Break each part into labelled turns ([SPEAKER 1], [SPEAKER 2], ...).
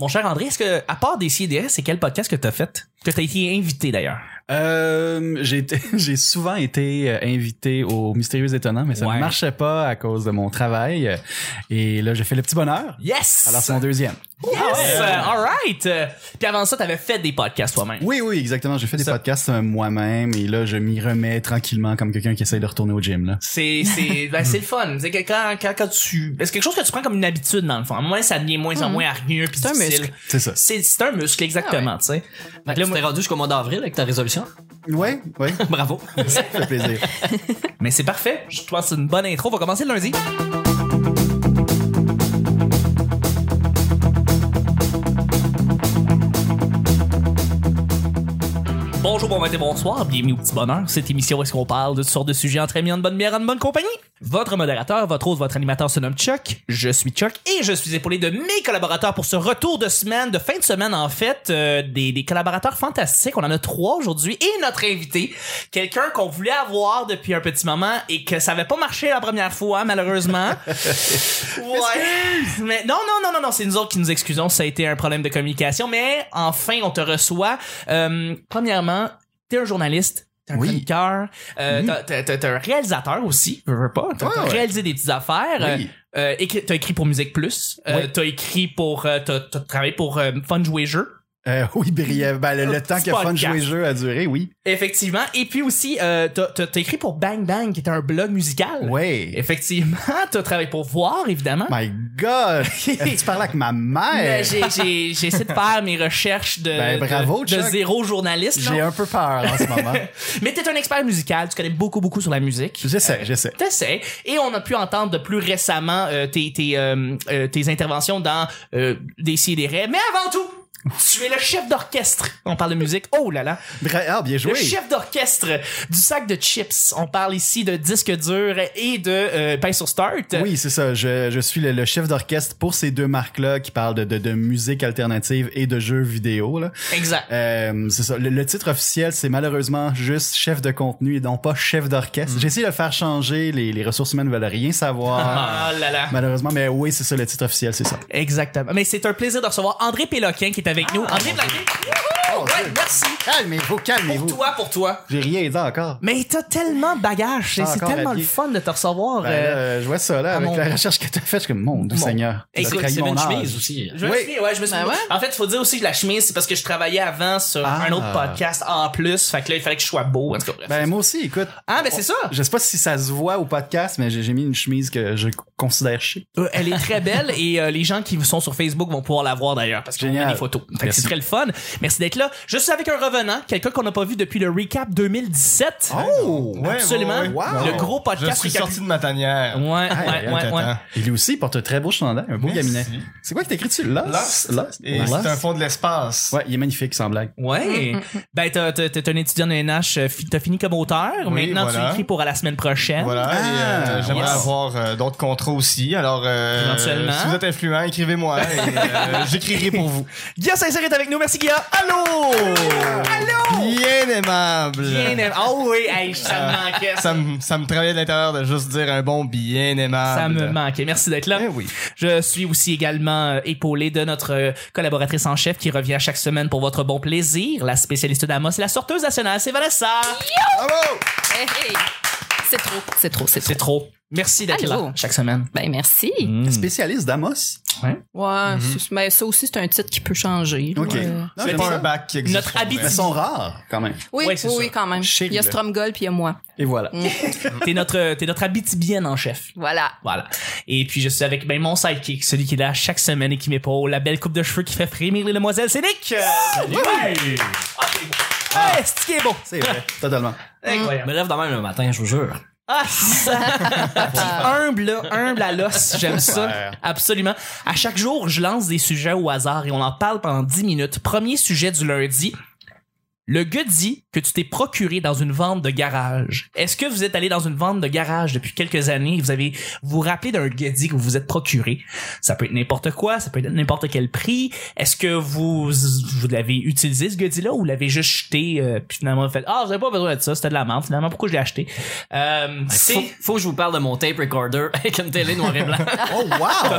[SPEAKER 1] Mon cher André, est-ce que, à part des CDS, c'est quel podcast que t'as fait? Que t'as été invité d'ailleurs.
[SPEAKER 2] Euh, j'ai été- j'ai souvent été euh, invité au Mystérieux Étonnant, mais ça
[SPEAKER 1] Ouais.
[SPEAKER 2] ne marchait pas à cause de mon travail. Et là, j'ai fait le petit bonheur.
[SPEAKER 1] Yes!
[SPEAKER 2] Alors, c'est mon deuxième.
[SPEAKER 3] Ah
[SPEAKER 1] yes! Euh,
[SPEAKER 3] hein.
[SPEAKER 1] all right! Euh, Puis avant ça, t'avais fait des podcasts toi-même.
[SPEAKER 2] Oui, oui, exactement. J'ai fait des
[SPEAKER 1] Ça-
[SPEAKER 2] podcasts euh, moi-même et là, je m'y remets tranquillement comme quelqu'un qui essaye de retourner au gym. Là.
[SPEAKER 1] C'est, c'est, ben, c'est le fun. C'est que quand, quand, quand tu, ben, c'est quelque chose que tu prends comme une habitude dans le fond. À un moment, donné, ça devient moins en
[SPEAKER 3] Hmm.
[SPEAKER 1] moins hargneux puis
[SPEAKER 4] C'est un
[SPEAKER 1] difficile.
[SPEAKER 4] muscle.
[SPEAKER 2] C'est ça.
[SPEAKER 1] C'est, c'est un muscle, exactement, tu sais.
[SPEAKER 3] Ah Fait que là, tu t'es rendu jusqu'au mois d'avril avec ta résolution.
[SPEAKER 2] Ouais, ouais,
[SPEAKER 3] Bravo.
[SPEAKER 2] ça fait plaisir.
[SPEAKER 1] Mais c'est parfait. Je pense que c'est une bonne intro. On va commencer le lundi. Bonjour, bon matin, bonsoir, bienvenue au Petit Bonheur, cette émission où est-ce qu'on parle de toutes sortes de sujets entre amis, en bonne bière, en bonne compagnie. Votre modérateur, votre hôte, votre animateur se nomme Chuck, je suis Chuck et je suis épaulé de mes collaborateurs pour ce retour de semaine, de fin de semaine en fait, euh, des, des collaborateurs fantastiques, on en a trois aujourd'hui et notre invité, quelqu'un qu'on voulait avoir depuis un petit moment et que ça avait pas marché la première fois malheureusement. ouais. Mais non, non, non, non, non, c'est nous autres qui nous excusons, ça a été un problème de communication, mais enfin on te reçoit. Euh, premièrement, t'es un journaliste, t'es un
[SPEAKER 2] Oui.
[SPEAKER 1] chroniqueur, euh, t'as- t'as- t'as- t'es un réalisateur aussi, je veux pas, t'as
[SPEAKER 2] Ouais,
[SPEAKER 1] t'as
[SPEAKER 2] ouais.
[SPEAKER 1] réalisé des petites affaires,
[SPEAKER 2] Oui.
[SPEAKER 1] euh, euh, écri- t'as écrit pour Musique Plus, euh, t'as écrit pour, euh, t'as t'as travaillé pour euh, Fun Jouer Jeu,
[SPEAKER 2] Euh, oui, brièvement. Ben, le, le temps
[SPEAKER 1] petit
[SPEAKER 2] que Fun
[SPEAKER 1] podcast.
[SPEAKER 2] Jouer Jeu a duré, oui.
[SPEAKER 1] effectivement, et puis aussi euh, t'as- t'as t'as écrit pour Bang Bang, qui était un blog musical.
[SPEAKER 2] Ouais.
[SPEAKER 1] Effectivement, t'as travaillé pour Voir, évidemment.
[SPEAKER 2] My God! tu parles avec ma
[SPEAKER 1] Mais
[SPEAKER 2] mère?
[SPEAKER 1] Ben, J'ai j'ai- j'ai essayé de faire mes recherches de,
[SPEAKER 2] Euh. Ben,
[SPEAKER 1] de-
[SPEAKER 2] bravo,
[SPEAKER 1] de,
[SPEAKER 2] Chuck.
[SPEAKER 1] zéro journaliste.
[SPEAKER 2] J'ai
[SPEAKER 1] non.
[SPEAKER 2] un peu peur en ce moment.
[SPEAKER 1] Mais t'es un expert musical, tu connais beaucoup, beaucoup sur la musique.
[SPEAKER 2] J'essaie, j'essaie.
[SPEAKER 1] T'essaies. Et on a pu entendre de plus récemment euh, tes, tes, euh, euh, tes interventions dans euh, des sidérés. Mais avant tout, tu es le chef d'orchestre. On parle de musique. Oh là là.
[SPEAKER 2] Bra- Ah, bien joué!
[SPEAKER 1] Le chef d'orchestre du sac de chips. On parle ici de disque dur et de euh, pain sur start.
[SPEAKER 2] Oui, c'est ça. Je, je suis le, le chef d'orchestre pour ces deux marques-là qui parlent de, de, de musique alternative et de jeux vidéo. Là.
[SPEAKER 1] Exact.
[SPEAKER 2] Euh, c'est ça. Le, le titre officiel, c'est malheureusement juste chef de contenu et non pas chef
[SPEAKER 1] Mm.
[SPEAKER 2] d'orchestre. J'ai essayé de le faire changer. Les, les ressources humaines veulent rien savoir.
[SPEAKER 1] Ah là là.
[SPEAKER 2] malheureusement, mais oui, c'est ça, le titre officiel, c'est ça.
[SPEAKER 1] Exactement. Mais c'est un plaisir de recevoir André Péloquin qui est
[SPEAKER 2] Ah.
[SPEAKER 1] avec nous. André Péloquin.
[SPEAKER 2] Oh,
[SPEAKER 1] Ouais,
[SPEAKER 2] Dieu.
[SPEAKER 1] merci.
[SPEAKER 2] Calmez-vous,
[SPEAKER 1] Pour
[SPEAKER 2] calmez-vous.
[SPEAKER 1] toi, pour toi.
[SPEAKER 2] J'ai rien dit encore.
[SPEAKER 1] Mais t'as tellement de bagages. C'est
[SPEAKER 2] Ah,
[SPEAKER 1] c'est
[SPEAKER 2] encore
[SPEAKER 1] tellement le
[SPEAKER 2] habillé.
[SPEAKER 1] fun de te recevoir.
[SPEAKER 2] Ben,
[SPEAKER 1] euh,
[SPEAKER 2] là, je vois ça, là,
[SPEAKER 1] à
[SPEAKER 2] avec
[SPEAKER 1] mon-
[SPEAKER 2] la recherche que t'as faite, je suis comme, mon doux seigneur. t'as
[SPEAKER 1] Écoute,
[SPEAKER 2] trahi
[SPEAKER 3] C'est
[SPEAKER 2] mon
[SPEAKER 3] une
[SPEAKER 2] âge.
[SPEAKER 3] chemise aussi.
[SPEAKER 1] Je me
[SPEAKER 2] Oui.
[SPEAKER 1] souviens, ouais, je me souviens.
[SPEAKER 4] Ben ouais.
[SPEAKER 1] En fait, il faut dire aussi que la chemise, c'est parce que je travaillais avant sur
[SPEAKER 2] Ah.
[SPEAKER 1] un autre podcast en plus. Fait que là, il fallait que je sois beau. En tout cas, bref.
[SPEAKER 2] Ben, moi aussi, écoute.
[SPEAKER 1] ah, ben c'est ça.
[SPEAKER 2] Je sais pas si ça se voit au podcast, mais j'ai j'ai mis une chemise que je considère chic.
[SPEAKER 1] Euh, Elle est très belle et euh, les gens qui sont sur Facebook vont pouvoir la voir d'ailleurs parce qu'on a
[SPEAKER 2] Génial.
[SPEAKER 1] des photos. Fait que
[SPEAKER 2] Merci.
[SPEAKER 1] c'est très le fun. Merci d'être là. Je suis avec un revenant, quelqu'un qu'on n'a pas vu depuis le recap 2017.
[SPEAKER 2] Oh!
[SPEAKER 5] Ouais,
[SPEAKER 1] Absolument.
[SPEAKER 5] ouais, ouais.
[SPEAKER 2] Wow.
[SPEAKER 1] Le gros podcast
[SPEAKER 5] Je suis
[SPEAKER 1] récapi-
[SPEAKER 5] sorti de ma tanière.
[SPEAKER 1] Ouais,
[SPEAKER 5] Il y
[SPEAKER 1] ouais,
[SPEAKER 5] a
[SPEAKER 1] ouais,
[SPEAKER 5] quelque
[SPEAKER 1] ouais.
[SPEAKER 5] temps.
[SPEAKER 2] Et lui aussi, il porte un très beau chandail, un beau
[SPEAKER 5] Merci.
[SPEAKER 2] gaminet. C'est quoi que t'écris dessus? Lost?
[SPEAKER 5] Lost.
[SPEAKER 2] Lost?
[SPEAKER 5] Et
[SPEAKER 2] Lost?
[SPEAKER 5] c'est un fond de l'espace.
[SPEAKER 2] Ouais, il est magnifique, sans blague.
[SPEAKER 1] Ouais. Ben, t'as- t'as- t'es un étudiant de NH, euh, fi- t'as fini comme auteur.
[SPEAKER 5] Oui,
[SPEAKER 1] Maintenant, tu
[SPEAKER 5] voilà.
[SPEAKER 1] écris pour à la semaine prochaine.
[SPEAKER 5] Voilà,
[SPEAKER 2] Ah,
[SPEAKER 5] et, euh, j'aimerais
[SPEAKER 1] yes.
[SPEAKER 5] avoir euh, d'autres contrats aussi. Alors, euh,
[SPEAKER 1] Éventuellement.
[SPEAKER 5] si vous êtes influent, écrivez-moi et euh, j'écrirai pour vous.
[SPEAKER 1] Guilla Saint-Cyr est avec nous. Merci, Guilla.
[SPEAKER 5] Allô!
[SPEAKER 1] Allô!
[SPEAKER 5] Bien aimable!
[SPEAKER 1] Bien aimé. Oh oui, hey, ça me manquait. Ça,
[SPEAKER 5] Ça me, ça me travaillait de l'intérieur de juste dire un bon bien aimable.
[SPEAKER 1] me manquait. Merci d'être là.
[SPEAKER 2] Eh oui.
[SPEAKER 1] Je suis aussi également euh, épaulé de notre euh, collaboratrice en chef qui revient chaque semaine pour votre bon plaisir. La spécialiste d'Amos et la sorteuse nationale, c'est Vanessa.
[SPEAKER 5] Bravo!
[SPEAKER 4] Hey, hey. C'est trop, c'est trop, c'est trop.
[SPEAKER 1] C'est trop. Merci d'être
[SPEAKER 4] Allô.
[SPEAKER 1] là chaque semaine.
[SPEAKER 4] Ben merci.
[SPEAKER 1] Mm.
[SPEAKER 2] Spécialiste d'Amos?
[SPEAKER 4] Ouais, c'est- mais ça aussi c'est un titre qui peut changer. là.
[SPEAKER 2] Ok.
[SPEAKER 4] Euh,
[SPEAKER 2] Non,
[SPEAKER 5] C'est
[SPEAKER 2] j'aime
[SPEAKER 5] pas
[SPEAKER 2] ça.
[SPEAKER 5] un bac qui existe.
[SPEAKER 1] Notre
[SPEAKER 5] pour vrai.
[SPEAKER 1] habitude.
[SPEAKER 2] Mais ils sont rares, quand même.
[SPEAKER 4] Oui,
[SPEAKER 1] Ouais,
[SPEAKER 4] oui,
[SPEAKER 1] c'est
[SPEAKER 4] oui,
[SPEAKER 1] ça.
[SPEAKER 4] quand même.
[SPEAKER 2] Chérie,
[SPEAKER 4] il y a
[SPEAKER 2] là.
[SPEAKER 4] Stromgol puis il y a moi.
[SPEAKER 2] Et voilà.
[SPEAKER 1] T'es notre, t'es notre habitibienne en chef.
[SPEAKER 4] Voilà.
[SPEAKER 1] Voilà. Et puis je suis avec ben, mon sidekick, celui qui est là chaque semaine et qui m'épaule, la belle coupe de cheveux qui fait frémir les demoiselles, c'est Nick! Salut! Hey, c'est Ah, qui est beau!
[SPEAKER 2] C'est vrai, totalement.
[SPEAKER 3] Je me lève de même le matin, je vous jure.
[SPEAKER 1] Ah, ça! Puis
[SPEAKER 4] Ah,
[SPEAKER 1] humble, là, humble à l'os, j'aime ça. Absolument. À chaque jour, je lance des sujets au hasard et on en parle pendant 10 minutes. Premier sujet du lundi. Le gars dit que tu t'es procuré dans une vente de garage. Est-ce que vous êtes allé dans une vente de garage depuis quelques années? Vous avez vous rappelez d'un gadget que vous vous êtes procuré? Ça peut être n'importe quoi, ça peut être n'importe quel prix. Est-ce que vous, vous l'avez utilisé, ce gadget-là, ou l'avez juste jeté, euh, puis finalement fait, ah, j'avais pas besoin de ça, c'était de la merde, finalement, pourquoi je l'ai acheté? Euh, c'est-
[SPEAKER 3] Ben, Faut, faut que je vous parle de mon tape recorder avec une télé noir et blanc.
[SPEAKER 2] Oh, wow!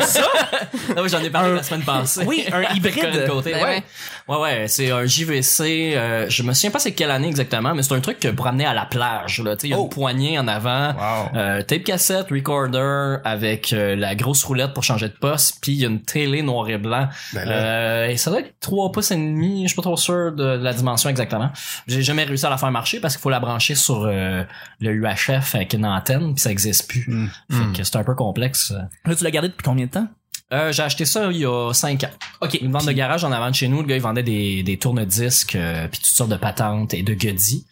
[SPEAKER 3] Non, mais J'en ai parlé la semaine passée.
[SPEAKER 1] Oui, un
[SPEAKER 3] Avec
[SPEAKER 1] hybride.
[SPEAKER 3] Corinne Côté,
[SPEAKER 4] Ben
[SPEAKER 3] ouais. ouais, ouais, c'est un JVC. euh, je me souviens pas c'est quelle année exactement, mais c'est un truc que pour amener à la plage. là. Tu sais, Il y a
[SPEAKER 1] Oh!
[SPEAKER 3] une poignée en avant,
[SPEAKER 5] Wow.
[SPEAKER 3] euh, tape cassette, recorder avec euh, la grosse roulette pour changer de poste, puis il y a une télé noir et blanc.
[SPEAKER 2] Ben
[SPEAKER 3] Euh, et ça doit être 3 pouces et demi, je suis pas trop sûr de la dimension exactement. J'ai jamais réussi à la faire marcher parce qu'il faut la brancher sur euh, le UHF avec une antenne, puis ça existe plus.
[SPEAKER 2] Hmm.
[SPEAKER 3] Fait que c'est un peu complexe.
[SPEAKER 1] Là, tu l'as gardé depuis combien de temps?
[SPEAKER 3] Euh, j'ai acheté ça il y a 5 ans.
[SPEAKER 1] Ok.
[SPEAKER 3] Une vente de garage en avant de chez nous, le gars il vendait des, des tourne-disques euh, puis toutes sortes de patentes et de goodies.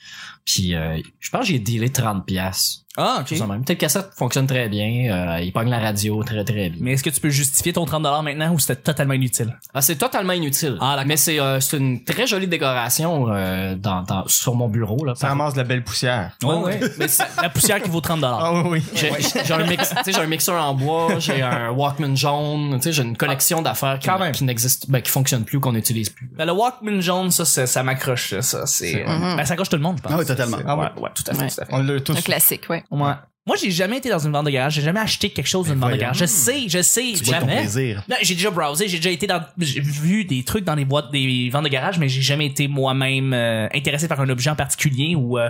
[SPEAKER 3] Puis euh, je pense que j'ai dealé 30 pièces.
[SPEAKER 1] Ah, ok.
[SPEAKER 3] même. Peut-être que ça fonctionne très bien, euh, il pogne la radio très très bien.
[SPEAKER 1] Mais est-ce que tu peux justifier ton 30$ maintenant ou c'était totalement inutile?
[SPEAKER 3] Ah, c'est totalement inutile.
[SPEAKER 1] Ah, d'accord.
[SPEAKER 3] mais c'est euh, c'est une très jolie décoration euh, dans, dans- sur mon bureau là.
[SPEAKER 5] Ça ramasse de la belle poussière.
[SPEAKER 1] Ouais, ouais. Mais c'est la poussière qui vaut 30$.
[SPEAKER 5] Ah oui, oui.
[SPEAKER 3] J'ai j'ai un mix, tu sais, j'ai un mixeur en bois, j'ai un Walkman jaune, tu sais, j'ai une collection d'affaires qui,
[SPEAKER 1] Ah, Quand même.
[SPEAKER 3] qui n'existe, ben, qui fonctionne plus, qu'on n'utilise plus.
[SPEAKER 1] Ben, le Walkman jaune, ça, ça, ça m'accroche, là, ça. C'est,
[SPEAKER 4] Mhm.
[SPEAKER 1] ben, ça accroche tout le monde, je pense.
[SPEAKER 2] Ah oui, totalement.
[SPEAKER 1] C'est-
[SPEAKER 5] Ah oui.
[SPEAKER 1] ouais, ouais, tout à fait,
[SPEAKER 4] Ouais.
[SPEAKER 1] tout à fait.
[SPEAKER 5] On l'a tous.
[SPEAKER 4] Un classique, ouais.
[SPEAKER 1] Ouais. Moi, j'ai jamais été dans une vente de garage. J'ai jamais acheté quelque chose d'une vente de
[SPEAKER 5] voyons.
[SPEAKER 1] garage. Je sais, je sais.
[SPEAKER 2] Tu vois ton
[SPEAKER 1] Jamais.
[SPEAKER 2] plaisir.
[SPEAKER 1] Non, j'ai déjà browsé, j'ai déjà été dans, j'ai vu des trucs dans les boîtes des ventes de garage, mais j'ai jamais été moi-même euh, intéressé par un objet en particulier ou euh,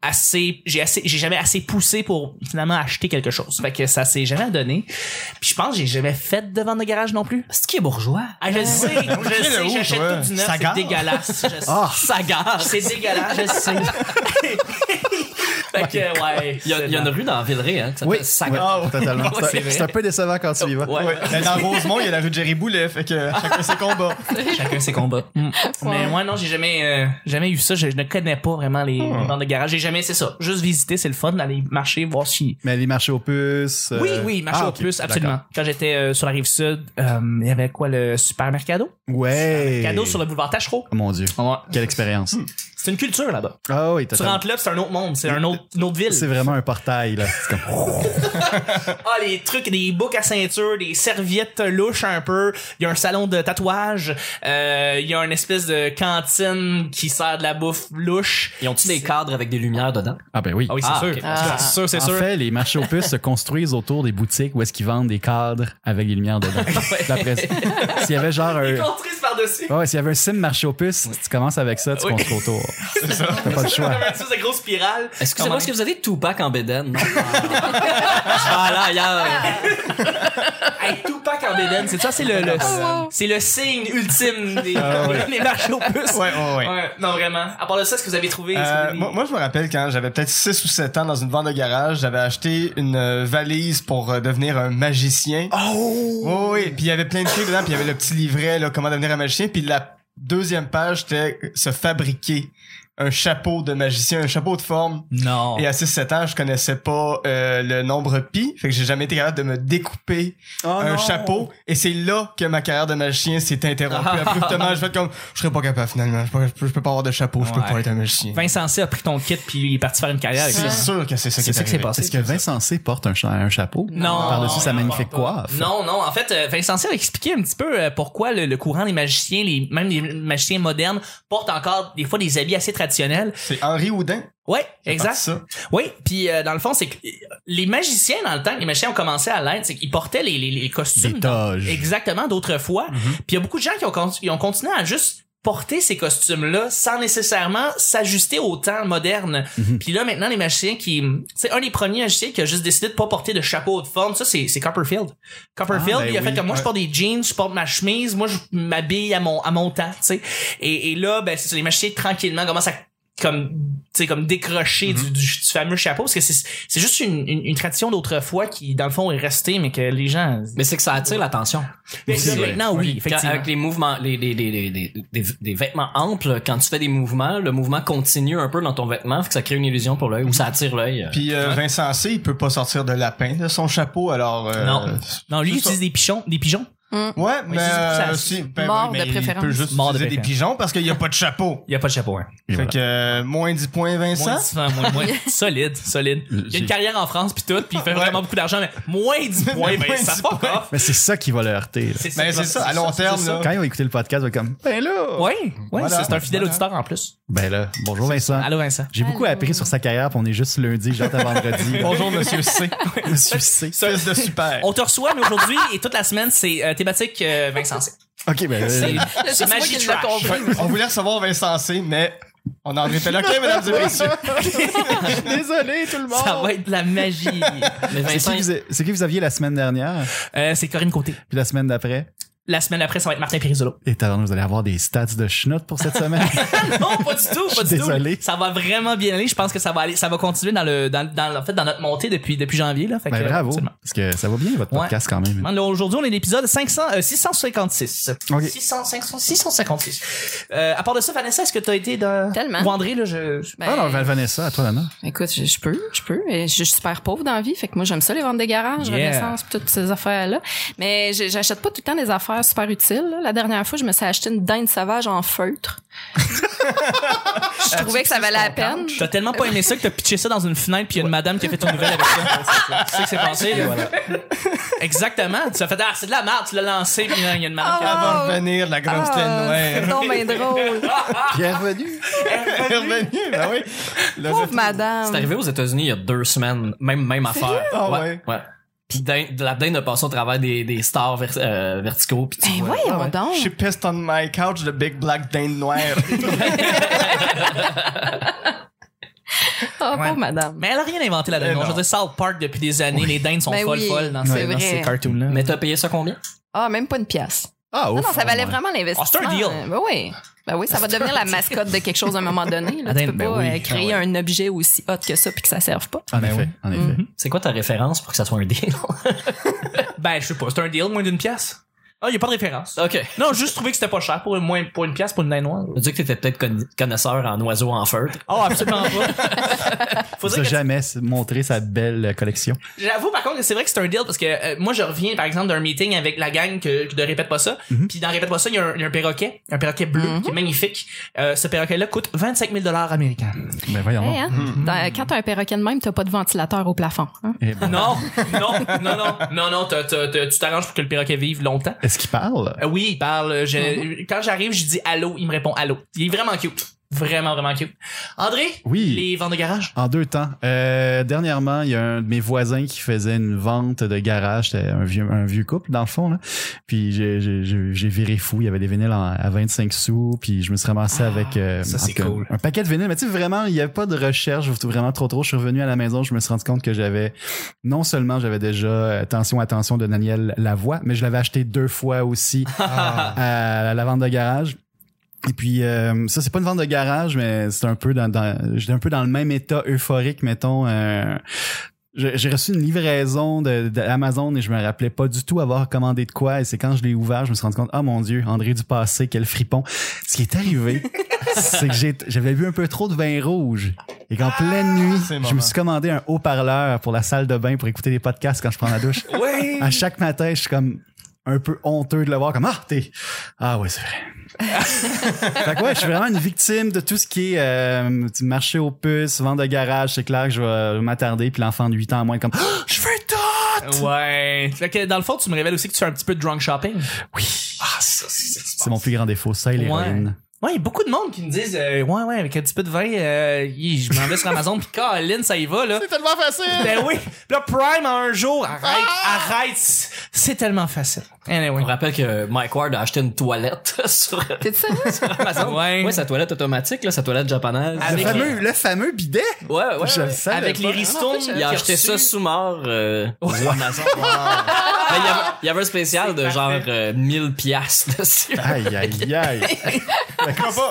[SPEAKER 1] assez, j'ai assez, j'ai jamais assez poussé pour finalement acheter quelque chose. Fait que ça s'est jamais donné. Puis je pense que j'ai jamais fait de vente de garage non plus.
[SPEAKER 3] Ce qui est bourgeois.
[SPEAKER 1] Ah, je sais, je
[SPEAKER 5] le
[SPEAKER 1] sais,
[SPEAKER 5] où,
[SPEAKER 1] j'achète
[SPEAKER 5] toi?
[SPEAKER 1] tout du neuf,
[SPEAKER 2] Ça
[SPEAKER 1] c'est
[SPEAKER 2] gare.
[SPEAKER 1] dégueulasse. Je sais.
[SPEAKER 2] Ah.
[SPEAKER 3] Ça gâche.
[SPEAKER 1] C'est dégueulasse, je sais. fait que, ouais.
[SPEAKER 3] Il y, a, il y a une rue dans Villeray, hein, qui s'appelle
[SPEAKER 2] Oui,
[SPEAKER 3] Saga.
[SPEAKER 5] Ah
[SPEAKER 2] ouais, totalement.
[SPEAKER 3] Ouais, c'est
[SPEAKER 2] C'est-
[SPEAKER 3] vrai.
[SPEAKER 2] C'est un peu décevant quand tu y vas.
[SPEAKER 3] Ouais.
[SPEAKER 5] Ouais. Mais dans Rosemont, il y a la rue de Jerry Boulet, fait que chacun ses combats.
[SPEAKER 1] Chacun ses combats. Mais moi, non, j'ai jamais, euh, jamais eu ça. Je, je ne connais pas vraiment les les ventes de garage. J'ai jamais, c'est ça. Juste visiter, c'est le fun, d'aller marcher, voir si.
[SPEAKER 2] Mais les marchés aux puces.
[SPEAKER 1] Oui,
[SPEAKER 2] euh,
[SPEAKER 1] oui, marcher
[SPEAKER 2] ah,
[SPEAKER 1] au
[SPEAKER 2] ok,
[SPEAKER 1] plus, absolument.
[SPEAKER 2] d'accord.
[SPEAKER 1] Quand j'étais euh, sur la rive sud, euh, il y avait quoi, le supermercado?
[SPEAKER 2] Ouais.
[SPEAKER 1] Cadeau sur le boulevard Tachereau.
[SPEAKER 2] Oh mon dieu. Quelle expérience.
[SPEAKER 5] Hmm.
[SPEAKER 1] C'est une culture là-bas.
[SPEAKER 2] Ah oui,
[SPEAKER 1] Tu
[SPEAKER 2] totalement.
[SPEAKER 1] rentres là, puis c'est un autre monde, c'est un autre, une autre ville.
[SPEAKER 2] C'est vraiment un portail, là. C'est comme-
[SPEAKER 1] Ah, les trucs, des boucles à ceinture, des serviettes louches un peu. Il y a un salon de tatouage. Euh, Il y a une espèce de cantine qui sert de la bouffe louche.
[SPEAKER 3] Ils ont-tu des cadres avec des lumières dedans?
[SPEAKER 2] Ah ben oui.
[SPEAKER 1] Ah oui, c'est
[SPEAKER 3] Ah,
[SPEAKER 1] sûr.
[SPEAKER 3] ok.
[SPEAKER 4] Ah.
[SPEAKER 1] C'est sûr, c'est
[SPEAKER 2] En
[SPEAKER 1] sûr.
[SPEAKER 2] fait, les marchés aux puces se construisent autour des boutiques où est-ce qu'ils vendent des cadres avec des lumières dedans. D'après ça. S'il y avait genre un.
[SPEAKER 1] Contrice par-dessus.
[SPEAKER 2] Ouais, s'il y avait un sim marché aux puces, si tu commences avec ça, tu
[SPEAKER 1] Oui.
[SPEAKER 2] construis autour. T'as pas le
[SPEAKER 1] Comme
[SPEAKER 2] choix.
[SPEAKER 1] une espèce de grosse spirale.
[SPEAKER 3] Excusez-moi, est-ce que vous avez Tupac en bédaine? Non. ah là, ailleurs.
[SPEAKER 1] Hey, Tupac en Bédène, c'est ça, c'est le, le- c'est le signe ultime des, des marchés aux puces.
[SPEAKER 5] Ah, Ouais, ouais, ouais.
[SPEAKER 1] Ouais, non, vraiment. À part de ça, est-ce que vous avez trouvé? est-ce que vous
[SPEAKER 5] Euh,
[SPEAKER 1] avez-
[SPEAKER 5] moi, moi, je me rappelle quand j'avais peut-être 6 ou 7 ans dans une vente de garage, j'avais acheté une euh, valise pour euh, devenir un magicien.
[SPEAKER 1] Oh!
[SPEAKER 5] Oh, oui, puis il y avait plein de trucs dedans, puis il y avait le petit livret, là, comment devenir un magicien, puis la deuxième page, c'était se fabriquer un chapeau de magicien, un chapeau de forme.
[SPEAKER 1] Non.
[SPEAKER 5] Et à 6-7 ans, je connaissais pas euh, le nombre pi, fait que j'ai jamais été capable de me découper
[SPEAKER 1] Oh
[SPEAKER 5] un chapeau. Et c'est là que ma carrière de magicien s'est interrompue abruptement. Je fais comme, je serais pas capable finalement, je peux, je peux- je peux pas avoir de chapeau, je peux
[SPEAKER 1] Ouais.
[SPEAKER 5] pas être un magicien.
[SPEAKER 1] Vincent C a pris ton kit puis il est parti faire une carrière avec
[SPEAKER 5] C'est
[SPEAKER 1] ça.
[SPEAKER 5] sûr que c'est ça qui
[SPEAKER 1] C'est
[SPEAKER 5] est
[SPEAKER 1] ça qui s'est
[SPEAKER 5] arrivé.
[SPEAKER 1] passé.
[SPEAKER 2] Est-ce que Vincent C porte un, cha- un chapeau?
[SPEAKER 1] Non.
[SPEAKER 2] Par-dessus sa
[SPEAKER 1] Non,
[SPEAKER 2] magnifique coiffe.
[SPEAKER 1] Non, non. En fait, euh, Vincent Cyr a expliqué un petit peu euh, pourquoi le, le courant des magiciens, les, même les magiciens modernes, portent encore des fois des habits assez traditionnels.
[SPEAKER 5] C'est Henri Houdin.
[SPEAKER 1] Ouais,
[SPEAKER 5] qui a parti
[SPEAKER 1] exact.
[SPEAKER 5] Ça.
[SPEAKER 1] Oui, puis euh, dans le fond, c'est que euh, les magiciens, dans le temps que les magiciens ont commencé à l'être, c'est qu'ils portaient les, les, les costumes.
[SPEAKER 2] Des
[SPEAKER 1] dans-
[SPEAKER 2] toges.
[SPEAKER 1] Exactement, d'autrefois.
[SPEAKER 2] Mhm.
[SPEAKER 1] Puis il y a beaucoup de gens qui ont, con- qui ont continué à juste porter ces costumes-là sans nécessairement s'ajuster au temps moderne.
[SPEAKER 2] Mhm.
[SPEAKER 1] Puis là, maintenant, les magiciens qui... C'est un des premiers magiciens qui a juste décidé de pas porter de chapeau de forme. Ça, c'est c'est Copperfield. Copperfield,
[SPEAKER 2] Ah, ben
[SPEAKER 1] il a fait
[SPEAKER 2] oui,
[SPEAKER 1] comme moi, je
[SPEAKER 5] ouais.
[SPEAKER 1] porte des jeans, je porte ma chemise, moi, je m'habille à mon, à mon temps, tu sais. Et, et là, ben, c'est ça, les magiciens, tranquillement, commencent à comme tu sais comme décrocher
[SPEAKER 2] Mhm.
[SPEAKER 1] du, du, du fameux chapeau parce que c'est c'est juste une, une, une tradition d'autrefois qui dans le fond est restée mais que les gens
[SPEAKER 3] Mais c'est que ça attire l'attention.
[SPEAKER 1] mais
[SPEAKER 3] Aussi,
[SPEAKER 1] là,
[SPEAKER 3] ouais.
[SPEAKER 1] maintenant oui
[SPEAKER 3] Quand-
[SPEAKER 1] effectivement
[SPEAKER 3] avec les mouvements, les, les, les, les, les- des- des vêtements amples, quand tu fais des mouvements, le mouvement continue un peu dans ton vêtement, fait que ça crée une illusion pour l'œil ou ça attire l'œil.
[SPEAKER 5] Puis euh, Vincent C, il peut pas sortir de lapin de son chapeau, alors... euh,
[SPEAKER 1] Non. non lui il
[SPEAKER 5] c'est ça.
[SPEAKER 1] utilise des pigeons des pigeons
[SPEAKER 4] Hum.
[SPEAKER 5] Ouais, mais,
[SPEAKER 1] c'est ça,
[SPEAKER 5] euh,
[SPEAKER 1] ça-
[SPEAKER 5] si, ben
[SPEAKER 4] mort
[SPEAKER 5] oui,
[SPEAKER 4] de
[SPEAKER 5] mais
[SPEAKER 4] préférence.
[SPEAKER 5] Il peut juste
[SPEAKER 1] Mort de
[SPEAKER 5] utiliser des
[SPEAKER 1] préférence.
[SPEAKER 5] pigeons parce qu'il n'y a pas de chapeau.
[SPEAKER 1] Il n'y a pas de chapeau, hein.
[SPEAKER 5] fait que euh, moins 10 points, Vincent.
[SPEAKER 1] Moins 10 points, moins, moins. solide, solide. Il y a une carrière en France, puis tout, puis il fait
[SPEAKER 5] Ouais.
[SPEAKER 1] vraiment beaucoup d'argent, mais moins 10 points,
[SPEAKER 5] Moins
[SPEAKER 1] ben ça
[SPEAKER 5] 10
[SPEAKER 1] fuck off.
[SPEAKER 2] Mais c'est ça qui va le heurter. là.
[SPEAKER 5] Ben, c'est ça, à long terme, là.
[SPEAKER 2] Quand ils vont écouter le podcast, ils vont être comme Ben là
[SPEAKER 1] Oui, ouais,
[SPEAKER 5] Voilà.
[SPEAKER 1] c'est- c'est un fidèle
[SPEAKER 5] Voilà.
[SPEAKER 1] auditeur en plus.
[SPEAKER 2] Ben là, bonjour Vincent.
[SPEAKER 1] Allô, Vincent.
[SPEAKER 2] J'ai beaucoup
[SPEAKER 4] Allô.
[SPEAKER 2] appris sur sa carrière, puis on est juste lundi, j'attends vendredi.
[SPEAKER 5] Bonjour, monsieur C.
[SPEAKER 2] Monsieur C.
[SPEAKER 5] Fils de super.
[SPEAKER 1] On te reçoit, mais aujourd'hui et toute la semaine, c'est euh, thématique euh, Vincent. C.
[SPEAKER 2] Ok, ben. euh,
[SPEAKER 1] C'est
[SPEAKER 4] Là,
[SPEAKER 1] c'est
[SPEAKER 4] c'est moi
[SPEAKER 1] magie
[SPEAKER 4] qui l'ai
[SPEAKER 1] trash.
[SPEAKER 4] compris.
[SPEAKER 5] Ouais, on voulait recevoir Vincent C, mais on en était là. OK, mesdames et messieurs.
[SPEAKER 2] euh, Désolé tout le monde.
[SPEAKER 1] Ça va être de la magie.
[SPEAKER 3] Mais
[SPEAKER 2] C'est
[SPEAKER 3] Vincent,
[SPEAKER 2] qui, vous- c'est qui vous aviez la semaine dernière,
[SPEAKER 1] Euh, c'est Corinne Côté.
[SPEAKER 2] puis la semaine d'après.
[SPEAKER 1] La semaine après, ça va être Martin Périsolo.
[SPEAKER 2] Et tabarnak, vous allez avoir des stats de schnottes pour cette semaine.
[SPEAKER 1] non, pas du tout, pas
[SPEAKER 2] Je
[SPEAKER 1] du
[SPEAKER 2] suis
[SPEAKER 1] tout.
[SPEAKER 2] désolé.
[SPEAKER 1] Ça va vraiment bien aller. Je pense que ça va aller, ça va continuer dans le, dans, dans- en fait, dans notre montée depuis, depuis janvier, là. Fait
[SPEAKER 2] ben
[SPEAKER 1] que,
[SPEAKER 2] bravo.
[SPEAKER 1] absolument.
[SPEAKER 2] Parce que ça va bien votre
[SPEAKER 1] Ouais.
[SPEAKER 2] podcast quand même.
[SPEAKER 1] Maintenant, Aujourd'hui, on est à l'épisode 500, euh, 656.
[SPEAKER 2] Ok.
[SPEAKER 1] 600, 500, 656. Euh, à part de ça, Vanessa, est-ce que t'as été dans...
[SPEAKER 4] Tellement.
[SPEAKER 1] Ou André, là, je... je-
[SPEAKER 4] Ben,
[SPEAKER 2] Ah non, Val- Vanessa, à toi Lana.
[SPEAKER 4] Écoute, je, je peux, je peux. Et Je suis super pauvre dans la vie, fait que moi j'aime ça les ventes de garage,
[SPEAKER 1] Yeah.
[SPEAKER 4] Renaissance, pis toutes ces affaires-là. Mais j'ai- j'achète pas tout le temps des affaires super utiles. là. La dernière fois, je me suis acheté une dinde sauvage en feutre. je trouvais que ça valait la peine.
[SPEAKER 1] T'as tellement pas aimé ça que t'as pitché ça dans une fenêtre puis il y a une madame qui a fait une nouvelle avec ça. tu sais que c'est passé, là. Exactement. Tu as fait, ah, c'est de la merde, tu l'as lancé puis là, il y a une madame qui a...
[SPEAKER 5] Avant de venir, la grosse
[SPEAKER 4] Ah,
[SPEAKER 5] tête
[SPEAKER 4] Oh, c'est
[SPEAKER 5] noire.
[SPEAKER 4] donc bien drôle.
[SPEAKER 2] Bienvenue.
[SPEAKER 5] Bienvenue, ben oui. Le
[SPEAKER 4] Pauvre
[SPEAKER 5] fait-
[SPEAKER 4] madame.
[SPEAKER 3] c'est arrivé aux États-Unis il y a deux semaines, même, même affaire.
[SPEAKER 5] Ah ouais.
[SPEAKER 3] ouais. Puis dinde- la dinde a passé au travers des, des stars ver- euh, verticaux. Puis tu
[SPEAKER 4] Ben
[SPEAKER 3] vois-
[SPEAKER 4] voyons donc.
[SPEAKER 5] She pissed on my couch, the big black dinde noire.
[SPEAKER 4] Ah,
[SPEAKER 1] Ouais.
[SPEAKER 4] pauvre madame.
[SPEAKER 1] Mais elle a rien inventé
[SPEAKER 5] Eh
[SPEAKER 1] là-dedans.
[SPEAKER 5] non.
[SPEAKER 1] Je veux dire, South Park, depuis des années, les dindes sont
[SPEAKER 4] Ben
[SPEAKER 1] folles,
[SPEAKER 4] oui,
[SPEAKER 1] folles dans,
[SPEAKER 4] c'est
[SPEAKER 1] ces- dans
[SPEAKER 4] vrai.
[SPEAKER 1] ces cartoons-là.
[SPEAKER 3] Mais t'as payé ça combien?
[SPEAKER 4] Ah, même pas une pièce.
[SPEAKER 2] Ah ouf.
[SPEAKER 4] Non, non, ça valait
[SPEAKER 2] Ouais.
[SPEAKER 4] vraiment l'investissement.
[SPEAKER 1] Ah, c'est un
[SPEAKER 4] Ben oui. Ben oui, ça va devenir la mascotte de quelque chose à un moment donné. Là. Tu
[SPEAKER 1] Attends,
[SPEAKER 4] peux
[SPEAKER 1] ben
[SPEAKER 4] pas
[SPEAKER 1] oui.
[SPEAKER 4] euh, créer un objet aussi hot que ça puis que ça serve pas.
[SPEAKER 2] En
[SPEAKER 1] Mm-hmm.
[SPEAKER 2] effet, en effet.
[SPEAKER 3] C'est quoi ta référence pour que ça soit un deal?
[SPEAKER 1] Ben, je sais pas, c'est un deal, moins d'une pièce. Ah, y a pas de référence.
[SPEAKER 3] OK.
[SPEAKER 1] Non, juste trouvé que c'était pas cher pour, moins, pour une pièce pour une dinde noire.
[SPEAKER 3] Tu dis que t'étais peut-être conna- connaisseur en oiseaux en feutre.
[SPEAKER 1] Oh, absolument pas. Faut
[SPEAKER 2] Vous
[SPEAKER 1] dire
[SPEAKER 2] a
[SPEAKER 1] que
[SPEAKER 2] jamais s- montré sa belle collection.
[SPEAKER 1] J'avoue par contre que c'est vrai que c'est un deal parce que euh, moi je reviens par exemple d'un meeting avec la gang que, que de répète pas ça.
[SPEAKER 4] Mhm.
[SPEAKER 1] Puis dans répète pas ça, il y, a un- il y a un perroquet, un perroquet bleu qui est magnifique. Euh, ce perroquet là coûte 25 000 dollars américains.
[SPEAKER 2] Ben
[SPEAKER 1] Ah
[SPEAKER 2] voyons.
[SPEAKER 4] Hey, hein?
[SPEAKER 1] Mhm.
[SPEAKER 4] Dans- quand t'as un perroquet de même, t'as pas de ventilateur au plafond. hein?
[SPEAKER 2] Eh ben,
[SPEAKER 1] Non, non, non, non, non, non. t'as- t'as- t'as- tu t'arranges pour que le perroquet vive longtemps.
[SPEAKER 2] Est-ce qu'il parle?
[SPEAKER 1] Euh, oui, il parle. je- Quand j'arrive, je dis allô, il me répond allô. Il est vraiment cute, vraiment vraiment cute. André,
[SPEAKER 2] Oui.
[SPEAKER 1] les ventes de garage.
[SPEAKER 2] En deux temps. Euh, dernièrement, il y a un de mes voisins qui faisait une vente de garage. C'était un vieux, un vieux couple, dans le fond. Là. Puis j'ai- j'ai j'ai- j'ai viré fou. Il y avait des vinyles en- à 25 sous. Puis je me suis ramassé avec euh,
[SPEAKER 1] Ah, ça,
[SPEAKER 2] en
[SPEAKER 1] c'est
[SPEAKER 2] tout cas,
[SPEAKER 1] cool.
[SPEAKER 2] un paquet de vinyles. Mais tu sais, vraiment, il n'y avait pas de recherche. Vraiment trop trop. Je suis revenu à la maison. Je me suis rendu compte que j'avais... Non seulement j'avais déjà euh, Attention, attention de Daniel Lavoie, mais je l'avais acheté deux fois aussi
[SPEAKER 5] Ah.
[SPEAKER 2] à la vente de garage. Et puis euh, ça c'est pas une vente de garage mais c'est un peu dans, dans j'étais un peu dans le même état euphorique mettons euh, j'ai j'ai reçu une livraison de- d'Amazon et je me rappelais pas du tout avoir commandé de quoi et c'est quand je l'ai ouvert je me suis rendu compte ah mon dieu André du passé quel fripon ce qui est arrivé c'est que j'ai- j'avais bu un peu trop de vin rouge et qu'en pleine nuit
[SPEAKER 5] c'est
[SPEAKER 2] je
[SPEAKER 5] mauvais.
[SPEAKER 2] me suis commandé un haut-parleur pour la salle de bain pour écouter des podcasts quand je prends la douche
[SPEAKER 1] Oui.
[SPEAKER 2] à chaque matin, Ah, je suis comme un peu honteux de le voir comme ah t'es ah ouais c'est vrai. fait que ouais, je suis vraiment une victime de tout ce qui est euh, du marché aux puces, vente de garage, c'est clair que je vais m'attarder puis l'enfant de 8 ans à moins comme Ah, je veux tout.
[SPEAKER 1] Ouais. Fait que dans le fond, tu me révèles aussi que tu fais un petit peu de drunk shopping.
[SPEAKER 2] Oui,
[SPEAKER 1] Ah, ça, c'est
[SPEAKER 2] c'est mon plus grand défaut, ça et l'héroïne.
[SPEAKER 1] Ouais, il y a beaucoup de monde qui me disent euh, Ouais, ouais, avec un petit peu de vin, euh, hi, je m'en vais sur Amazon, puis Colin, ça y va, là.
[SPEAKER 2] C'est tellement facile.
[SPEAKER 1] Ben oui, le Prime en un jour, arrête, arrête, c'est tellement facile.
[SPEAKER 3] On
[SPEAKER 1] Anyway.
[SPEAKER 3] rappelle que Mike Ward a acheté une toilette sur
[SPEAKER 4] T'es sérieux?
[SPEAKER 3] Amazon.
[SPEAKER 1] Ouais.
[SPEAKER 3] sa toilette automatique, là, sa toilette japonaise.
[SPEAKER 2] Le
[SPEAKER 1] Avec-
[SPEAKER 2] fameux, le fameux bidet.
[SPEAKER 3] Ouais, ouais. ouais.
[SPEAKER 2] je le savais
[SPEAKER 1] Avec les
[SPEAKER 2] pas.
[SPEAKER 1] ristournes,
[SPEAKER 3] Il a
[SPEAKER 1] qu'il
[SPEAKER 3] acheté
[SPEAKER 1] reçu.
[SPEAKER 3] ça sous mort euh, sur Amazon. Mais il, y avait, il y avait un spécial de genre euh, 1000 piastres dessus.
[SPEAKER 2] Aïe aïe aïe.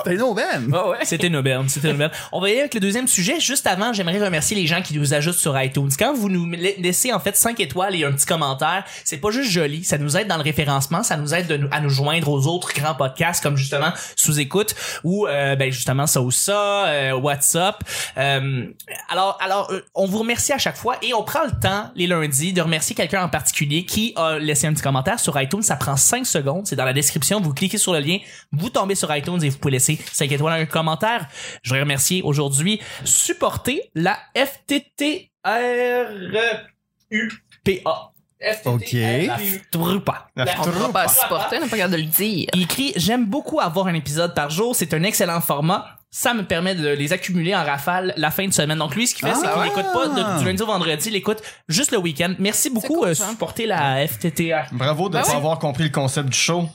[SPEAKER 2] T'es une aubaine.
[SPEAKER 3] Ouais, ouais.
[SPEAKER 1] C'était une aubaine, c'était une aubaine. On va y aller avec le deuxième sujet. Juste avant, j'aimerais remercier les gens qui nous ajoutent sur iTunes. Quand vous nous la- laissez en fait 5 étoiles et un petit commentaire, c'est pas juste joli, ça nous aide dans le référencement, ça nous aide de nous- à nous joindre aux autres grands podcasts comme justement Sous écoute ou euh, ben justement ça ou ça, euh, What's Up. Euh, alors alors euh, on vous remercie à chaque fois et on prend le temps les lundis de remercier quelqu'un en particulier qui a laissé un petit commentaire sur iTunes, ça prend 5 secondes, c'est dans la description, vous cliquez sur le lien, vous tombez sur iTunes et vous pouvez laisser 5 étoiles un commentaire. Je voudrais remercier aujourd'hui supporter la FTTRUPA. FTTRUPA.
[SPEAKER 5] La
[SPEAKER 4] On ne pas supporter, on n'a pas capable de le dire.
[SPEAKER 1] Il écrit J'aime beaucoup avoir un épisode par jour, c'est un excellent format. Ça me permet de les accumuler en rafale la fin de semaine. Donc lui, ce qu'il fait,
[SPEAKER 2] Ah,
[SPEAKER 1] c'est qu'il
[SPEAKER 2] ouais.
[SPEAKER 1] n'écoute pas de- du lundi au vendredi, il écoute juste le week-end. Merci beaucoup
[SPEAKER 4] cool,
[SPEAKER 1] euh,
[SPEAKER 4] ça.
[SPEAKER 1] supporter la FTTR.
[SPEAKER 5] Bravo de
[SPEAKER 4] Ben
[SPEAKER 5] pas
[SPEAKER 4] oui.
[SPEAKER 5] avoir compris le concept du show.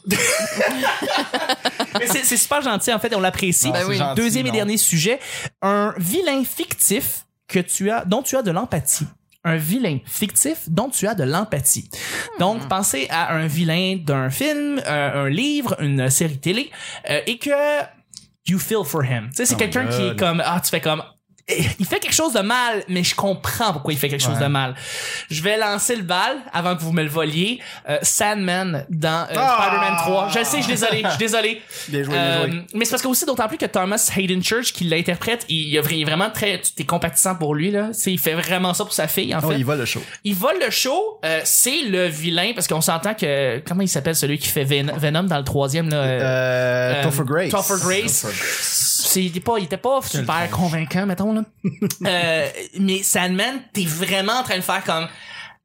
[SPEAKER 1] Mais c'est c'est super gentil en fait, on l'apprécie.
[SPEAKER 5] Non,
[SPEAKER 4] Ben
[SPEAKER 5] c'est
[SPEAKER 4] oui.
[SPEAKER 5] gentil,
[SPEAKER 1] Deuxième et
[SPEAKER 5] Ah, non.
[SPEAKER 1] dernier sujet, un vilain fictif que tu as, dont tu as de l'empathie. Un vilain fictif dont tu as de l'empathie.
[SPEAKER 4] Hmm.
[SPEAKER 1] Donc, pensez à un vilain d'un film, euh, un livre, une série télé, euh, et que you feel for him. Tu sais, c'est
[SPEAKER 2] Oh my
[SPEAKER 1] quelqu'un qui est
[SPEAKER 2] God.
[SPEAKER 1] comme, ah, tu fais comme, eh, il fait quelque chose de mal, mais je comprends pourquoi il fait quelque chose
[SPEAKER 5] Ouais.
[SPEAKER 1] de mal. Je vais lancer le bal avant que vous me le voliez. Euh, Sandman dans euh,
[SPEAKER 5] Ah!
[SPEAKER 1] Spider-Man 3. Je le sais, je suis désolé, je suis désolé.
[SPEAKER 2] Bien joué,
[SPEAKER 1] Euh,
[SPEAKER 2] bien joué.
[SPEAKER 1] mais c'est parce que aussi d'autant plus que Thomas Hayden Church qui l'interprète, il, il a vra- il est vraiment très, tu- t'es compatissant pour lui là. C'est, il fait vraiment ça pour sa fille en
[SPEAKER 2] Oh,
[SPEAKER 1] fait.
[SPEAKER 2] il
[SPEAKER 1] Il...
[SPEAKER 2] va le show.
[SPEAKER 1] vole le show, euh, c'est le vilain parce qu'on s'entend que comment il s'appelle celui qui fait Ven- Venom dans le troisième là.
[SPEAKER 2] Euh,
[SPEAKER 1] euh, euh,
[SPEAKER 2] Topher Grace.
[SPEAKER 1] Topher Grace. C'est, il, était pas, il était pas super convaincant, mettons, là. Euh, mais Sandman, t'es vraiment en train de faire comme,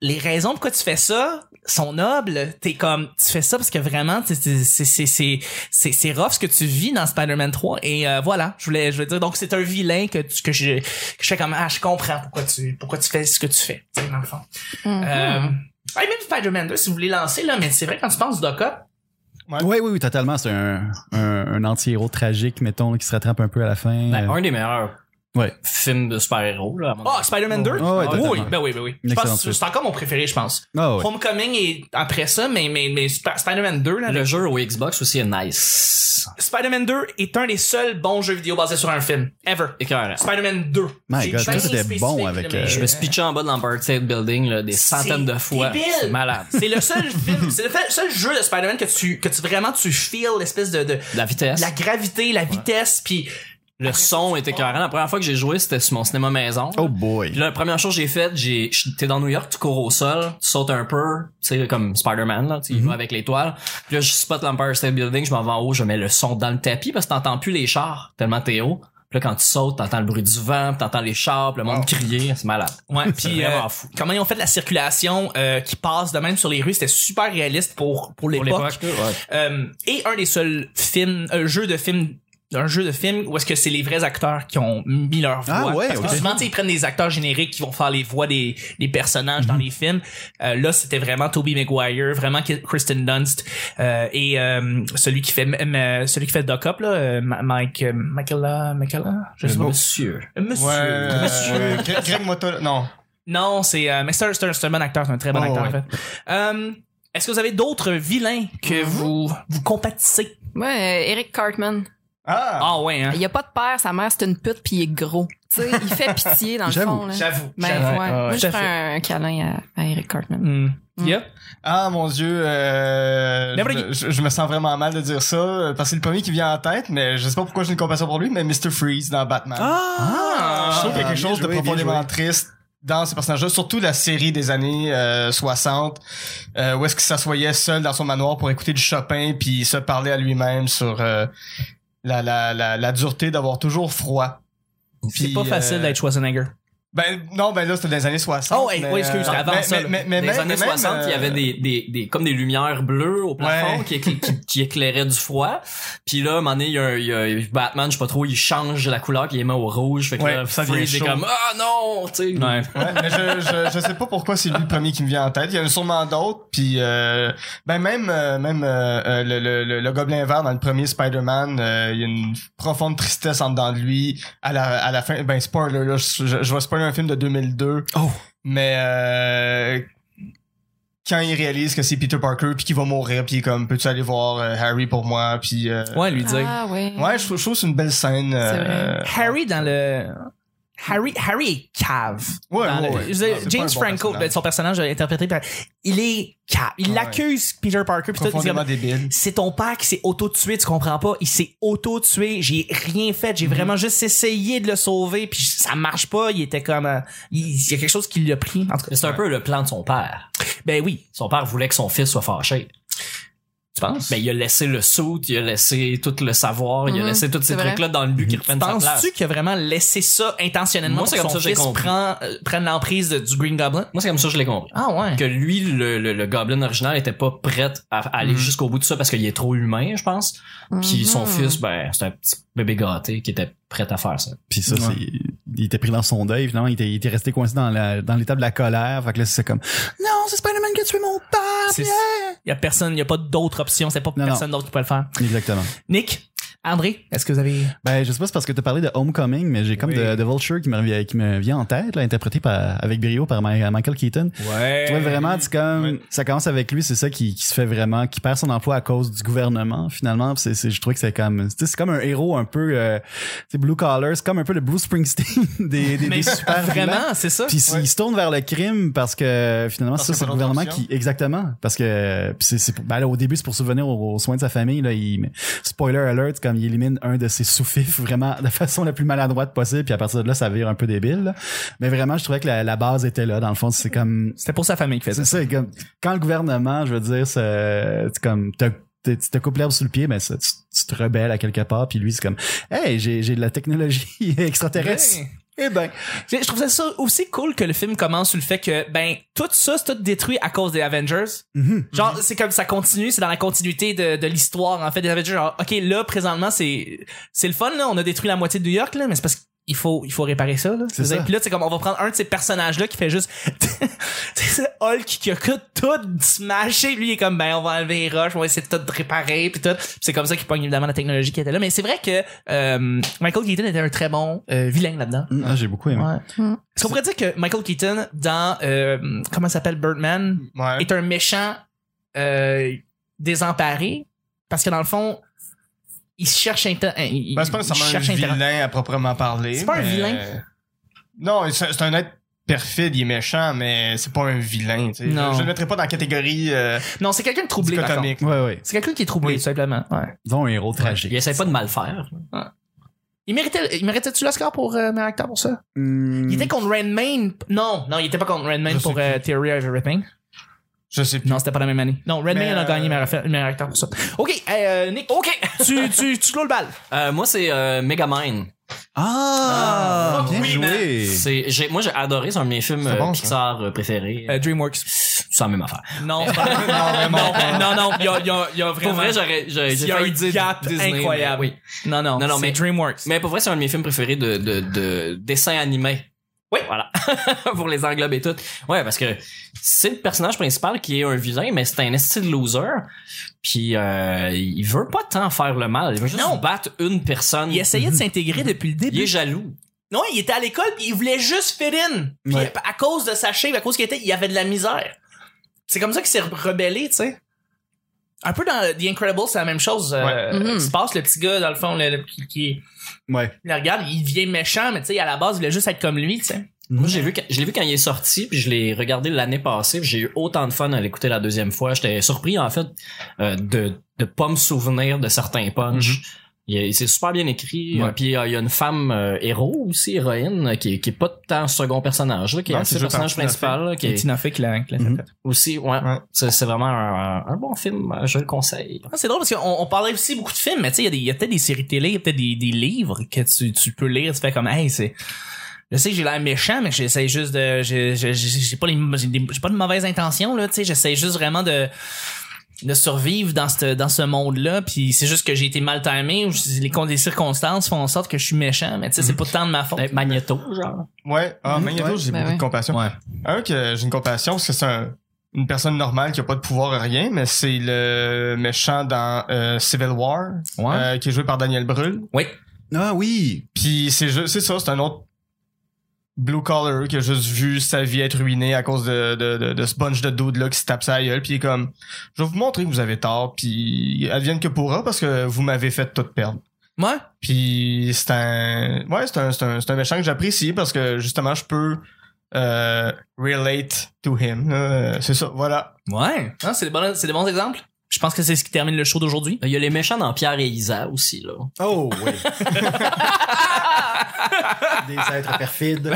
[SPEAKER 1] les raisons pourquoi tu fais ça sont nobles. T'es comme, tu fais ça parce que vraiment, t'es- t'es- c'est, c'est, c'est, c'est, c'est rough ce que tu vis dans Spider-Man 3. Et euh, voilà, je voulais, je voulais dire, donc c'est un vilain que, tu- que je, que je fais comme, ah, je comprends pourquoi tu, pourquoi tu fais ce que tu fais, tu sais, dans le fond.
[SPEAKER 4] Mm-hmm.
[SPEAKER 1] Euh, ah, et même Spider-Man 2, si vous voulez lancer, là, mais c'est vrai, quand tu penses Doc Ock,
[SPEAKER 2] Oui, oui, oui, totalement. C'est un, un, un anti-héros tragique, mettons, qui se rattrape un peu à la fin.
[SPEAKER 3] Ben,
[SPEAKER 2] Euh,
[SPEAKER 3] un des meilleurs
[SPEAKER 2] Ouais.
[SPEAKER 3] films de super-héros, là, à mon avis.
[SPEAKER 1] Ah, Spider-Man 2?
[SPEAKER 2] Ah ouais,
[SPEAKER 1] oui,
[SPEAKER 2] totalement.
[SPEAKER 1] oui, ben oui, ben oui.
[SPEAKER 2] Une
[SPEAKER 1] Je pense
[SPEAKER 2] excellente
[SPEAKER 1] que c'est encore mon préféré, je pense.
[SPEAKER 2] Ah, ouais.
[SPEAKER 1] Homecoming est après ça, mais, mais, mais Sp- Spider-Man 2, là,
[SPEAKER 3] Le jeu au Xbox aussi est nice.
[SPEAKER 1] Spider-Man 2 est un des seuls bons jeux vidéo basés sur un film. Ever.
[SPEAKER 3] Écœurant.
[SPEAKER 1] Spider-Man 2.
[SPEAKER 2] My
[SPEAKER 1] J'ai
[SPEAKER 2] God,
[SPEAKER 1] bien
[SPEAKER 2] toi, t'étais
[SPEAKER 1] spécifique,
[SPEAKER 2] bon avec,
[SPEAKER 1] là, mais-
[SPEAKER 2] euh,
[SPEAKER 3] Je me suis pitché en bas de l'Empire State Building là, des centaines de fois.
[SPEAKER 1] débile.
[SPEAKER 3] C'est malade.
[SPEAKER 1] C'est le seul film, c'est le fait- seul jeu de Spider-Man que tu, que tu vraiment, tu feels l'espèce de, de,
[SPEAKER 3] La vitesse.
[SPEAKER 1] la gravité, la vitesse, puis
[SPEAKER 3] Le son était écœurant. La première fois que j'ai joué, c'était sur mon cinéma maison.
[SPEAKER 2] Oh boy.
[SPEAKER 3] Puis là, la première chose que j'ai faite, j'ai, je- t'es dans New York, tu cours au sol, tu sautes un peu, tu sais, comme Spider-Man, là, tu
[SPEAKER 5] Mm-hmm.
[SPEAKER 3] y vas avec l'étoile. Puis là, je spot l'Empire State Building, je m'en vais en haut, je mets le son dans le tapis parce que t'entends plus les chars tellement t'es haut. Puis là, quand tu sautes, t'entends le bruit du vent, puis t'entends les chars, puis le monde
[SPEAKER 5] Wow.
[SPEAKER 3] crier, c'est malade.
[SPEAKER 1] Ouais, puis
[SPEAKER 3] vraiment
[SPEAKER 1] euh,
[SPEAKER 3] fou.
[SPEAKER 1] comment ils ont fait la circulation euh, qui passe de même sur les rues, c'était super réaliste pour pour
[SPEAKER 3] Pour
[SPEAKER 1] l'époque.
[SPEAKER 3] l'époque, ouais.
[SPEAKER 1] Euh, et un des seuls films, un jeu de film un jeu de film où est-ce que c'est les vrais acteurs qui ont mis leur voix
[SPEAKER 2] Ah ouais,
[SPEAKER 1] parce que
[SPEAKER 2] ok.
[SPEAKER 1] souvent tu sais, ils prennent des acteurs génériques qui vont faire les voix des, des personnages dans les films Euh, là c'était vraiment Toby Maguire vraiment Ki- Kristen Dunst euh, et euh, celui qui fait m- m- celui qui fait Doc Ock là euh, Ma- Mike euh, Michaela Michaela je sais pas
[SPEAKER 3] Monsieur.
[SPEAKER 1] monsieur
[SPEAKER 5] Ouais, euh,
[SPEAKER 1] monsieur
[SPEAKER 5] euh, Greg, Greg Motta- non.
[SPEAKER 1] non, c'est euh, mais c'est un, c'est un- c'est un bon acteur, c'est un très bon
[SPEAKER 5] Oh,
[SPEAKER 1] acteur
[SPEAKER 5] ouais. Mm-hmm.
[SPEAKER 1] en fait. Euh, Est-ce que vous avez d'autres vilains que vous vous compatissez
[SPEAKER 4] Moi, euh, Eric Cartman.
[SPEAKER 5] Ah!
[SPEAKER 1] Ah ouais, hein.
[SPEAKER 4] Il n'y a pas de père, sa mère, c'est une pute, puis il est gros. Tu sais, il fait pitié dans le
[SPEAKER 2] J'avoue.
[SPEAKER 4] fond. Là.
[SPEAKER 1] J'avoue.
[SPEAKER 4] Ben,
[SPEAKER 1] j'avoue.
[SPEAKER 4] ouais. Moi,
[SPEAKER 1] ouais.
[SPEAKER 4] je ferais un, un câlin à, à Eric Cartman.
[SPEAKER 1] Hmm.
[SPEAKER 4] Mm.
[SPEAKER 1] Yep.
[SPEAKER 5] Ah, mon Dieu, euh,
[SPEAKER 1] Never
[SPEAKER 5] je, je- je me sens vraiment mal de dire ça, euh, parce que c'est le premier qui vient en tête, mais je sais pas pourquoi j'ai une compassion pour lui, mais Mr. Freeze dans Batman.
[SPEAKER 1] Ah!
[SPEAKER 5] je trouve qu'il y a
[SPEAKER 2] Ah,
[SPEAKER 5] quelque
[SPEAKER 2] bien
[SPEAKER 5] chose
[SPEAKER 2] joué,
[SPEAKER 5] de
[SPEAKER 2] bien
[SPEAKER 5] profondément
[SPEAKER 2] joué.
[SPEAKER 5] triste dans ce personnage-là, surtout la série des années euh, 60, euh, où est-ce qu'il s'assoyait seul dans son manoir pour écouter du Chopin, puis se parler à lui-même sur euh, la, la, la, la dureté d'avoir toujours froid.
[SPEAKER 1] C'est
[SPEAKER 5] Puis,
[SPEAKER 1] pas
[SPEAKER 5] euh,
[SPEAKER 1] facile d'être Schwarzenegger.
[SPEAKER 5] Ben non, ben là c'était dans les années 60.
[SPEAKER 1] Oh, hey,
[SPEAKER 5] mais,
[SPEAKER 1] oui, excuse,
[SPEAKER 5] euh,
[SPEAKER 1] avant
[SPEAKER 5] mais-
[SPEAKER 1] ça,
[SPEAKER 5] mais-
[SPEAKER 1] là.
[SPEAKER 5] mais- mais
[SPEAKER 3] Dans les
[SPEAKER 5] même-
[SPEAKER 3] années
[SPEAKER 5] mais même,
[SPEAKER 3] 60, il y avait
[SPEAKER 5] euh,
[SPEAKER 3] des, des, des, comme des lumières bleues au plafond
[SPEAKER 5] Ouais.
[SPEAKER 3] qui, qui, qui, qui éclairaient du froid. Puis là, à un moment donné, il y a, un- il y a Batman, je sais pas trop, il change la couleur, puis il les met au rouge. Fait que
[SPEAKER 5] Ouais,
[SPEAKER 3] là,
[SPEAKER 5] ça
[SPEAKER 3] Freeze
[SPEAKER 5] devient
[SPEAKER 3] est
[SPEAKER 5] chaud.
[SPEAKER 3] comme, ah non, tu sais.
[SPEAKER 1] Ouais.
[SPEAKER 5] Ouais, mais je, je, je sais pas pourquoi c'est lui le premier qui me vient en tête. Il y en a sûrement d'autres. Puis euh, ben même euh, même euh, euh, le, le, le, le Gobelin vert dans le premier Spider-Man, euh, il y a une profonde tristesse en dedans de lui. À la à la fin, ben spoiler là, je, je, je vais spoiler un film de 2002.
[SPEAKER 2] Oh.
[SPEAKER 5] Mais euh, quand il réalise que c'est Peter Parker puis qu'il va mourir, puis il est comme peux-tu aller voir euh, Harry pour moi, puis euh,
[SPEAKER 1] Ouais, lui dire.
[SPEAKER 4] Ah, ouais.
[SPEAKER 5] euh, ouais, je, trouve- je trouve que c'est une belle scène.
[SPEAKER 4] C'est vrai.
[SPEAKER 1] Harry dans le Harry, Harry est cave.
[SPEAKER 5] Ouais,
[SPEAKER 1] Dans
[SPEAKER 5] ouais,
[SPEAKER 1] le-
[SPEAKER 5] ouais.
[SPEAKER 1] je veux dire,
[SPEAKER 5] C'est pas un
[SPEAKER 1] James
[SPEAKER 5] bon
[SPEAKER 1] Franco,
[SPEAKER 5] personnage. Ah,
[SPEAKER 1] ben, son personnage interprété par- il est cave. Il
[SPEAKER 5] Ouais.
[SPEAKER 1] accuse Peter Parker. puis tout, il dit comme,
[SPEAKER 5] Profondément débile.
[SPEAKER 1] c'est ton pack, c'est auto-tué, tu comprends pas. Il s'est auto-tué, j'ai rien fait, j'ai vraiment juste essayé de le sauver, puis ça marche pas. Il était comme. euh, il il y a quelque chose qui l'a pris. En tout cas,
[SPEAKER 3] C'est un peu le plan de son père.
[SPEAKER 1] ben oui.
[SPEAKER 3] Son père voulait que son fils soit fâché.
[SPEAKER 1] Tu penses?
[SPEAKER 3] Ben, il a laissé le suit, il a laissé tout le savoir, il a
[SPEAKER 4] Mhm,
[SPEAKER 3] laissé tous
[SPEAKER 4] c'est
[SPEAKER 3] ces
[SPEAKER 4] vrai.
[SPEAKER 3] trucs-là dans le but qu'il reprenne sa place.
[SPEAKER 1] Penses-tu qu'il a vraiment laissé ça intentionnellement
[SPEAKER 3] Moi,
[SPEAKER 1] pour
[SPEAKER 3] c'est
[SPEAKER 1] que
[SPEAKER 3] comme
[SPEAKER 1] son
[SPEAKER 3] ça que j'ai
[SPEAKER 1] fils
[SPEAKER 3] compris.
[SPEAKER 1] prend, euh, prenne l'emprise de- du Green Goblin?
[SPEAKER 3] Moi, c'est comme ça que je l'ai compris.
[SPEAKER 1] Ah ouais.
[SPEAKER 3] que lui, le, le, le Goblin original était pas prêt à, à aller
[SPEAKER 1] Mhm.
[SPEAKER 3] jusqu'au bout de ça parce qu'il est trop humain, je pense. Puis
[SPEAKER 4] Mhm.
[SPEAKER 3] son fils, ben, c'est un petit bébé gâté qui était prêt à faire ça.
[SPEAKER 2] Puis ça,
[SPEAKER 5] Ouais.
[SPEAKER 2] c'est- il était pris dans son deuil, finalement, il était, il était resté coincé dans la- dans l'état de la colère. Fait que là, c'est comme, non, c'est Spider-Man qui a tué mon père!
[SPEAKER 1] C'est-
[SPEAKER 2] yeah!
[SPEAKER 1] Il y a personne, il y a pas d'autre option, c'est pas
[SPEAKER 2] Non,
[SPEAKER 1] personne d'autre qui peut le faire.
[SPEAKER 2] Exactement.
[SPEAKER 1] Nick, André, est-ce que vous avez.
[SPEAKER 2] Ben, je sais pas, c'est parce que t'as parlé de Homecoming, mais j'ai comme
[SPEAKER 5] Oui.
[SPEAKER 2] de, de Vulture qui me, revient- qui me vient en tête, là, interprété par, avec brio par Ma- Michael Keaton.
[SPEAKER 1] Ouais.
[SPEAKER 2] Tu vois vraiment, c'est comme,
[SPEAKER 5] Ouais.
[SPEAKER 2] ça commence avec lui, c'est ça qui, qui se fait vraiment, qui perd son emploi à cause du gouvernement, finalement. Puis c'est- c'est- je trouvais que c'est comme, tu sais, c'est comme un héros un peu, euh, tu sais, blue collar, c'est comme un peu le Bruce Springsteen des, des,
[SPEAKER 1] Mais
[SPEAKER 2] des super blancs.
[SPEAKER 1] vraiment, c'est ça.
[SPEAKER 2] Puis s'il
[SPEAKER 5] Ouais.
[SPEAKER 2] se tourne vers le crime parce que finalement
[SPEAKER 5] Parce
[SPEAKER 2] ça
[SPEAKER 5] qu'il y a
[SPEAKER 2] c'est
[SPEAKER 5] pas
[SPEAKER 2] le gouvernement
[SPEAKER 5] d'autre
[SPEAKER 2] qui exactement parce que puis c'est c'est pour- ben là, au début c'est pour souvenir aux, aux soins de sa famille là il mais- spoiler alert comme il élimine un de ses sous-fifs vraiment de la façon la plus maladroite possible puis à partir de là ça vire un peu débile là. mais vraiment je trouvais que la, la base était là dans le fond c'est comme
[SPEAKER 1] C'était pour sa famille qui faisait
[SPEAKER 2] c'est
[SPEAKER 1] ça.
[SPEAKER 2] ça comme- quand le gouvernement je veux dire c'est c'est comme te- te- tu te coupes l'herbe sous le pied mais ça, tu, tu te rebelles à quelque part puis lui c'est comme hey j'ai j'ai de la technologie extraterrestre
[SPEAKER 1] Ouais.
[SPEAKER 2] eh ben
[SPEAKER 1] Je je trouvais ça aussi cool que le film commence sur le fait que, ben, tout ça, c'est tout détruit à cause des Avengers.
[SPEAKER 2] mhm.
[SPEAKER 1] Genre, c'est comme ça continue, c'est dans la continuité de, de l'histoire, en fait, des Avengers. Genre, ok, là, présentement, c'est, c'est le fun, là. On a détruit la moitié de New York, là, mais c'est parce qu'il faut, il faut réparer ça, là.
[SPEAKER 2] C'est ça.
[SPEAKER 1] Puis là, c'est comme, on va prendre un de ces personnages-là qui fait juste, c'est ce Hulk qui a que tout smashé. Lui, il est comme, ben, on va enlever les roches, on va essayer de tout réparer, puis tout. Puis c'est comme ça qu'il pogne évidemment la technologie qui était là. Mais c'est vrai que, euh, Michael Keaton était un très bon euh, vilain là-dedans.
[SPEAKER 2] Ah, j'ai beaucoup aimé
[SPEAKER 1] Ouais.
[SPEAKER 4] Mm.
[SPEAKER 1] Est-ce qu'on pourrait dire que Michael Keaton, dans, euh, comment ça s'appelle, Birdman,
[SPEAKER 5] Ouais.
[SPEAKER 1] est un méchant euh, désemparé parce que dans le fond il se cherche un temps- il,
[SPEAKER 5] Ben, c'est pas
[SPEAKER 1] il
[SPEAKER 5] nécessairement un
[SPEAKER 1] cherche un terrain.
[SPEAKER 5] vilain à proprement parler.
[SPEAKER 1] C'est pas un
[SPEAKER 5] mais-
[SPEAKER 1] vilain.
[SPEAKER 5] Non, c'est c'est un être perfide, il est méchant, mais c'est pas un vilain. tu sais.
[SPEAKER 1] Non.
[SPEAKER 5] Je, je le mettrais pas dans la catégorie euh,
[SPEAKER 1] non c'est quelqu'un de troublé par contre.
[SPEAKER 5] dichotomique.
[SPEAKER 2] ouais ouais
[SPEAKER 1] c'est quelqu'un qui est troublé
[SPEAKER 5] Oui.
[SPEAKER 1] tout simplement ouais.
[SPEAKER 2] Disons un héros tragique.
[SPEAKER 3] Il essaie pas de mal faire.
[SPEAKER 1] il méritait il méritait-tu l'Oscar pour euh, meilleur acteur pour ça il
[SPEAKER 2] Hmm.
[SPEAKER 1] était contre Redmayne non non il était pas contre Redmayne
[SPEAKER 5] Hmm. Je
[SPEAKER 1] pour
[SPEAKER 5] sais
[SPEAKER 1] euh, Theory of Everything
[SPEAKER 5] Je sais plus.
[SPEAKER 1] non c'était pas la même année non
[SPEAKER 5] Mais,
[SPEAKER 1] Redmayne a
[SPEAKER 5] euh,
[SPEAKER 1] gagné meilleur, affaire- meilleur acteur pour ça ok euh, Nick ok tu, tu, tu clôt le bal
[SPEAKER 3] Euh, moi, c'est euh, Megamind.
[SPEAKER 2] Ah,
[SPEAKER 5] Ah,
[SPEAKER 2] bien
[SPEAKER 5] oui,
[SPEAKER 2] joué.
[SPEAKER 3] C'est, j'ai, moi, j'ai adoré, c'est un de mes films
[SPEAKER 5] C'est
[SPEAKER 3] euh,
[SPEAKER 5] bon, ça.
[SPEAKER 3] Pixar euh, préférés.
[SPEAKER 1] Euh, DreamWorks
[SPEAKER 3] c'est la même affaire.
[SPEAKER 1] non c'est pas-
[SPEAKER 5] Non, vraiment pas.
[SPEAKER 1] non non il y a, il y a- il y a
[SPEAKER 3] Pour
[SPEAKER 1] vraiment
[SPEAKER 3] vrai, j'aurais, j'ai,
[SPEAKER 1] Il
[SPEAKER 3] j'ai
[SPEAKER 1] y a
[SPEAKER 3] failli
[SPEAKER 1] un
[SPEAKER 3] dire
[SPEAKER 1] gap
[SPEAKER 3] Disney,
[SPEAKER 1] incroyable.
[SPEAKER 3] mais oui.
[SPEAKER 1] non non
[SPEAKER 3] Non, non,
[SPEAKER 1] c'est
[SPEAKER 3] mais-
[SPEAKER 1] DreamWorks
[SPEAKER 3] Mais pour vrai, c'est un de mes films préférés de, de, de dessin animé. Oui. Voilà. pour les englobes et tout. Ouais, parce que c'est le personnage principal qui est un vilain, mais c'est un esti de loser. Puis euh, il veut pas tant faire le mal. Il veut juste
[SPEAKER 1] Non.
[SPEAKER 3] battre une personne.
[SPEAKER 1] il essayait de s'intégrer depuis le début
[SPEAKER 3] Il est jaloux.
[SPEAKER 1] Non, il était à l'école pis il voulait juste fit in. Puis
[SPEAKER 2] Ouais.
[SPEAKER 1] à cause de sa shape, à cause qu'il était, il avait de la misère. C'est comme ça qu'il s'est rebellé, tu sais. Un peu dans The Incredible, c'est la même chose. euh,
[SPEAKER 5] Ouais.
[SPEAKER 4] Mhm.
[SPEAKER 1] Il se passe le petit gars, dans le fond, le- le- qui, qui-
[SPEAKER 2] Ouais.
[SPEAKER 1] il le regarde, il devient méchant, mais tu sais, à la base, il voulait juste être comme lui, tu sais.
[SPEAKER 3] Moi, j'ai vu, quand- je l'ai vu quand il est sorti, puis je l'ai regardé l'année passée, puis j'ai eu autant de fun à l'écouter la deuxième fois. J'étais surpris, en fait, euh, de de pas me souvenir de certains punchs. Il est- C'est super bien écrit.
[SPEAKER 2] Ouais.
[SPEAKER 3] Euh, Puis euh, il y a une femme euh, héros aussi, héroïne, euh, qui, qui est pas tant second personnage, là, qui est
[SPEAKER 5] Non,
[SPEAKER 3] assez
[SPEAKER 5] qui joue
[SPEAKER 3] personnage
[SPEAKER 5] par Tina Fey.
[SPEAKER 3] principal, là, qui est
[SPEAKER 1] Tina Fey qui l'a qui l'a
[SPEAKER 2] Mhm.
[SPEAKER 1] fait.
[SPEAKER 3] aussi, ouais.
[SPEAKER 5] Ouais.
[SPEAKER 3] C'est c'est vraiment un, un- un bon film, euh, je le conseille.
[SPEAKER 1] Ah, c'est drôle parce qu'on on parlait aussi beaucoup de films, mais tu sais, il y a des- il y a, peut-être des séries télé, il y a peut-être des, des livres que tu, tu peux lire, tu fais comme, hey, c'est. Je sais que j'ai l'air méchant, mais j'essaie juste de. je- je- je- J'ai pas, les j'ai des- j'ai pas de mauvaises intentions, là, tu sais. J'essaie juste vraiment de de survivre dans ce dans ce monde-là puis c'est juste que j'ai été mal timé ou je- les con- les circonstances font en sorte que je suis méchant mais tu sais c'est pas tant de ma faute
[SPEAKER 3] Euh, Magneto, genre.
[SPEAKER 5] Ouais. Ah,
[SPEAKER 2] Mhm,
[SPEAKER 5] Magneto,
[SPEAKER 2] ouais.
[SPEAKER 5] j'ai
[SPEAKER 4] Ben
[SPEAKER 5] beaucoup
[SPEAKER 4] ouais.
[SPEAKER 5] de compassion.
[SPEAKER 3] Ouais.
[SPEAKER 5] Un que j'ai une compassion, parce que c'est un- une personne normale qui a pas de pouvoir à rien, mais c'est le méchant dans euh, Civil War,
[SPEAKER 1] Ouais.
[SPEAKER 5] euh, qui est joué par Daniel Brühl.
[SPEAKER 2] Ah oui.
[SPEAKER 5] Puis c'est ju- c'est ça, c'est un autre blue collar qui a juste vu sa vie être ruinée à cause de, de, de, de ce bunch de dudes là qui se tape sa gueule puis il est comme je vais vous montrer que vous avez tort puis advienne que pourra parce que vous m'avez fait tout perdre.
[SPEAKER 1] Ouais.
[SPEAKER 5] Puis c'est un, ouais, c'est un, c'est un, c'est un méchant que j'apprécie parce que justement, je peux euh, relate to him. Euh, c'est ça, voilà.
[SPEAKER 1] Ouais. Hein, c'est des, bons- c'est des bons exemples. Je pense que c'est ce qui termine le show d'aujourd'hui.
[SPEAKER 3] Euh, Il y a les méchants dans Pierre et Isa aussi, là.
[SPEAKER 2] Oh, oui. Des êtres perfides.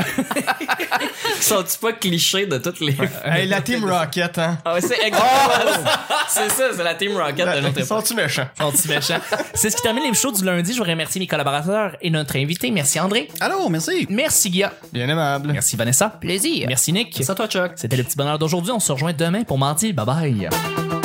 [SPEAKER 3] Sont-tu pas cliché de toutes les...
[SPEAKER 5] Hey, la Team Rocket, hein.
[SPEAKER 3] Ah ouais, c'est exactement C'est ça, c'est la Team Rocket de notre
[SPEAKER 5] Ils
[SPEAKER 3] époque.
[SPEAKER 5] Sont-tu méchants?
[SPEAKER 1] Sont-ils méchants? c'est ce qui termine les shows du lundi. Je voudrais remercier mes collaborateurs et notre invité. Merci André.
[SPEAKER 2] Alors, merci.
[SPEAKER 1] Merci Guilla.
[SPEAKER 5] Bien aimable.
[SPEAKER 1] Merci Vanessa.
[SPEAKER 4] Plaisir.
[SPEAKER 1] Merci Nick.
[SPEAKER 3] C'est à toi, Chuck.
[SPEAKER 1] C'était le petit bonheur d'aujourd'hui. On se rejoint demain pour mardi. Bye bye.